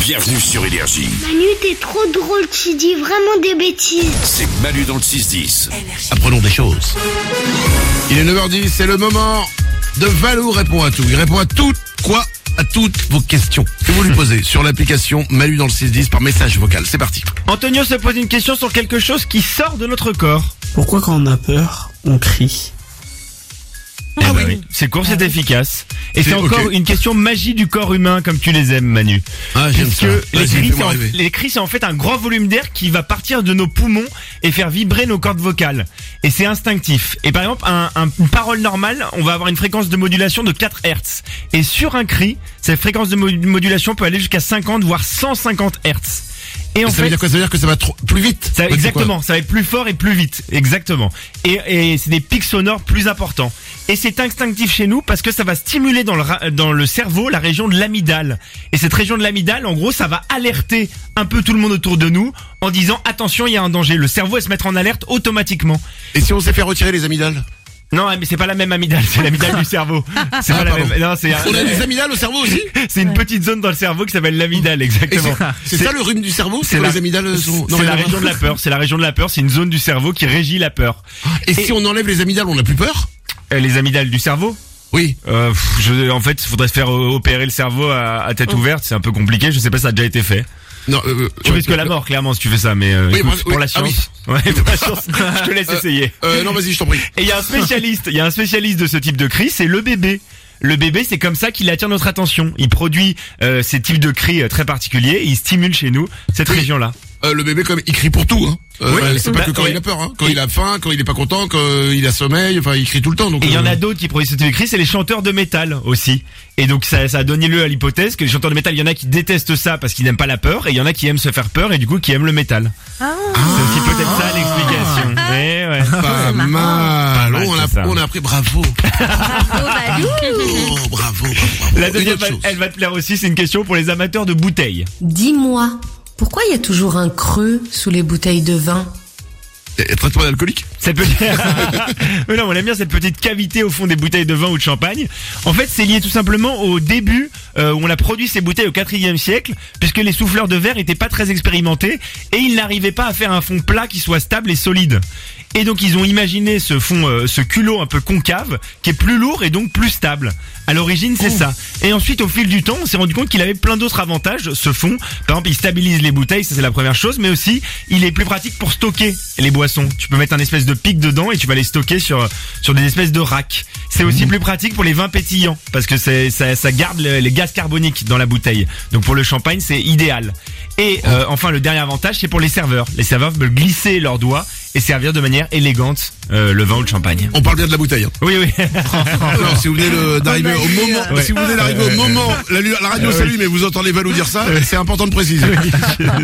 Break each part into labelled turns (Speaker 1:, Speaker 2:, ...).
Speaker 1: Bienvenue sur Énergie.
Speaker 2: Manu, t'es trop drôle, tu dis vraiment des bêtises.
Speaker 1: C'est Manu dans le 6-10.
Speaker 3: Apprenons des choses.
Speaker 4: Il est 9h10, c'est le moment de Valou répond à tout. Il répond à tout quoi À toutes vos questions que vous lui posez sur l'application Malu dans le 610 par message vocal. C'est parti.
Speaker 5: Antonio se pose une question sur quelque chose qui sort de notre corps.
Speaker 6: Pourquoi quand on a peur, on crie
Speaker 5: Ah oui. C'est court, c'est efficace. Et c'est
Speaker 4: C'est- ok.
Speaker 5: encore une question magie du corps humain comme tu les aimes Manu.
Speaker 4: Ah, j'aime
Speaker 5: Puisque
Speaker 4: ça.
Speaker 5: les
Speaker 4: Vas-y,
Speaker 5: cris,
Speaker 4: fais-moi
Speaker 5: c'est en-
Speaker 4: rêver.
Speaker 5: les cris, c'est en fait un grand volume d'air qui va partir de nos poumons et faire vibrer nos cordes vocales. Et c'est instinctif. Et par exemple, un- un- une parole normale, on va avoir une fréquence de modulation de 4 Hz. Et sur un cri, cette fréquence de mo- modulation peut aller jusqu'à 50 voire 150 Hz. Et en
Speaker 4: Ça veut
Speaker 5: fait,
Speaker 4: dire quoi Ça veut dire que ça va trop plus vite.
Speaker 5: ça,
Speaker 4: Ou c'est
Speaker 5: exactement, ça va être plus fort et plus vite. Exactement. Et, et c'est des pics sonores plus importants. Et c'est instinctif chez nous parce que ça va stimuler dans le, ra- dans le cerveau la région de l'amidale. Et cette région de l'amidale, en gros, ça va alerter un peu tout le monde autour de nous en disant attention, il y a un danger. Le cerveau va se mettre en alerte automatiquement.
Speaker 4: quoi Et si on s'est fait retirer les amygdales
Speaker 5: Non, mais c'est pas la même amidale, c'est l'amidale du cerveau. C'est
Speaker 4: Ah,
Speaker 5: pas la
Speaker 4: pardon.
Speaker 5: même. Non, c'est un-
Speaker 4: On a des amygdales au cerveau aussi
Speaker 5: c'est une petite zone dans le cerveau qui s'appelle l'amidale,
Speaker 4: Et
Speaker 5: exactement.
Speaker 4: C'est c'est ça le rhume du cerveau
Speaker 5: c'est
Speaker 4: C'est
Speaker 5: la-
Speaker 4: les amygdales sont. non,
Speaker 5: C'est
Speaker 4: rien
Speaker 5: la
Speaker 4: à
Speaker 5: région
Speaker 4: voir.
Speaker 5: de la peur. C'est la région de la peur. C'est une zone du cerveau qui régit la peur.
Speaker 4: Et, si on enlève les amygdales, on n'a plus peur
Speaker 5: Euh, Les amygdales du cerveau
Speaker 4: Oui.
Speaker 5: Euh, pff, je, en fait, il faudrait se faire euh, opérer le cerveau à, à tête ouverte. C'est un peu compliqué. Je sais pas si ça a déjà été fait.
Speaker 4: Non. euh,
Speaker 5: Tu
Speaker 4: ouais.
Speaker 5: risques la mort, clairement, si tu fais ça. Mais euh,
Speaker 4: Oui,
Speaker 5: écoute,
Speaker 4: moi,
Speaker 5: pour
Speaker 4: oui.
Speaker 5: la
Speaker 4: Ah oui.
Speaker 5: science, ouais, pour la science, je te laisse essayer.
Speaker 4: Euh, non, vas-y, je t'en prie.
Speaker 5: Et il y a un spécialiste, il y a un spécialiste de ce type de cri, c'est le bébé. Le bébé, c'est comme ça qu'il attire notre attention. Il produit euh, ces types de cris euh, très particuliers. Et il stimule chez nous cette
Speaker 4: Oui.
Speaker 5: région-là.
Speaker 4: Euh, le bébé, comme il crie pour tout. Hein. Euh,
Speaker 5: Oui.
Speaker 4: euh, c'est pas
Speaker 5: Bah,
Speaker 4: que quand
Speaker 5: oui.
Speaker 4: il a peur, hein. quand il a faim, quand il est pas content, quand euh, il a sommeil. Enfin, il crie tout le temps. Donc.
Speaker 5: Et il y en
Speaker 4: euh,
Speaker 5: a d'autres qui produisent ce type de cri, c'est les chanteurs de métal aussi. Et donc ça, ça a donné lieu à l'hypothèse que les chanteurs de métal, il y en a qui détestent ça parce qu'ils n'aiment pas la peur, et il y en a qui aiment se faire peur et du coup qui aiment le métal. C'est aussi peut-être ça l'explication. Eh Ouais, ouais.
Speaker 4: Pas mal.
Speaker 5: mal,
Speaker 4: on,
Speaker 5: c'est
Speaker 4: a,
Speaker 5: ça.
Speaker 4: on a appris bravo. Oh, bravo, bravo, bravo.
Speaker 5: La
Speaker 4: Une
Speaker 5: deuxième,
Speaker 4: autre chose.
Speaker 5: elle va te plaire aussi, c'est une question pour les amateurs de bouteilles.
Speaker 7: Dis-moi, pourquoi il y a toujours un creux sous les bouteilles de vin
Speaker 4: Eh, Traitement d'alcoolique
Speaker 5: Cette petite... Mais non, on aime bien cette petite cavité au fond des bouteilles de vin ou de champagne. En fait, c'est lié tout simplement au début euh, où on a produit ces bouteilles au 4 siècle, puisque les souffleurs de verre étaient pas très expérimentés et ils n'arrivaient pas à faire un fond plat qui soit stable et solide. Et donc ils ont imaginé ce fond, euh, ce culot un peu concave, qui est plus lourd et donc plus stable. À l'origine, c'est ça. Et ensuite, au fil du temps, on s'est rendu compte qu'il avait plein d'autres avantages, ce fond. Par exemple, il stabilise les bouteilles, ça c'est la première chose, mais aussi, il est plus pratique pour stocker les boissons. Tu peux mettre un espèce de pic dedans et tu vas les stocker sur, sur des espèces de racks. C'est aussi plus pratique pour les vins pétillants, parce que c'est- ça, ça garde le- les gaz carboniques dans la bouteille. Donc pour le champagne, c'est idéal. Et euh, enfin, le dernier avantage, c'est pour les serveurs. Les serveurs peuvent glisser leurs doigts et servir de manière élégante euh, le vin ou le champagne.
Speaker 4: On parle bien de la bouteille. hein.
Speaker 5: Oui, oui.
Speaker 4: Alors, si vous venez le- d'arriver au moment,
Speaker 5: Ouais.
Speaker 4: si vous venez d'arriver au moment, la, lu- la radio s'allume et vous entendez Valou dire ça, c'est important de préciser.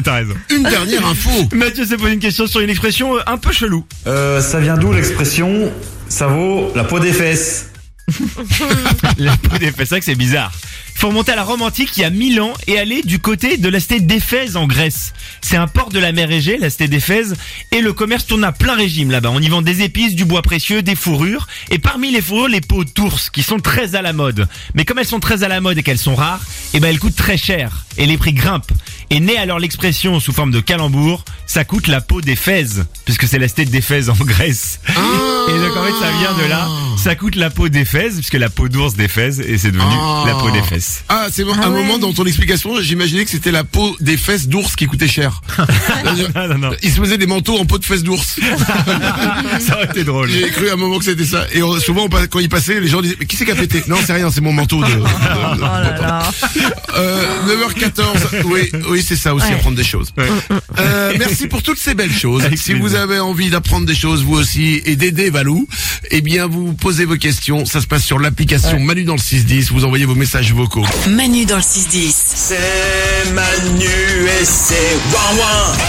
Speaker 5: T'as raison.
Speaker 4: Une dernière info.
Speaker 5: Mathieu s'est posé une question sur une expression euh, un peu chelou.
Speaker 8: Euh, ça vient d'où l'expression ça vaut la peau des fesses
Speaker 5: La peau d'Éphèse, c'est vrai que c'est bizarre. Faut remonter à la Rome antique il y a 1000 ans et aller du côté de la cité d'Éphèse en Grèce. C'est un port de la mer Égée, la cité d'Éphèse, et le commerce tourne à plein régime là-bas. On y vend des épices, du bois précieux, des fourrures, et parmi les fourrures, les peaux d'ours qui sont très à la mode. Mais comme elles sont très à la mode et qu'elles sont rares, eh ben elles coûtent très cher et les prix grimpent. Et naît alors l'expression sous forme de calembour, ça coûte la peau d'Éphèse, puisque c'est la cité d'Éphèse en Grèce. Et donc en fait ça vient de là, ça coûte la peau d'Éphèse, puisque la peau d'ours d'Éphèse, et c'est devenu
Speaker 4: Ah.
Speaker 5: la peau d'Éphèse.
Speaker 4: Ah, c'est bon. un moment dans ton explication, j'imaginais que c'était la peau des fesses d'ours qui coûtait cher.
Speaker 5: Non, non, non,
Speaker 4: Ils se faisaient des manteaux en peau de fesses d'ours.
Speaker 5: ça aurait été drôle.
Speaker 4: J'ai cru à un moment que c'était ça. Et on- souvent, on passe- quand il passait, les gens disaient, mais qui c'est qui a pété Non, c'est rien, c'est mon manteau de... Euh, 9h14, oui, oui c'est ça aussi, apprendre des choses. Euh, merci pour toutes ces belles choses.
Speaker 5: Avec
Speaker 4: si
Speaker 5: plaisir.
Speaker 4: vous avez envie d'apprendre des choses, vous aussi, et d'aider Valou, eh bien, vous posez vos questions. Ça se passe sur l'application Manu dans le 610. Vous envoyez vos messages vocaux.
Speaker 7: Manu dans le 6-10.
Speaker 9: C'est Manu et c'est Wawan.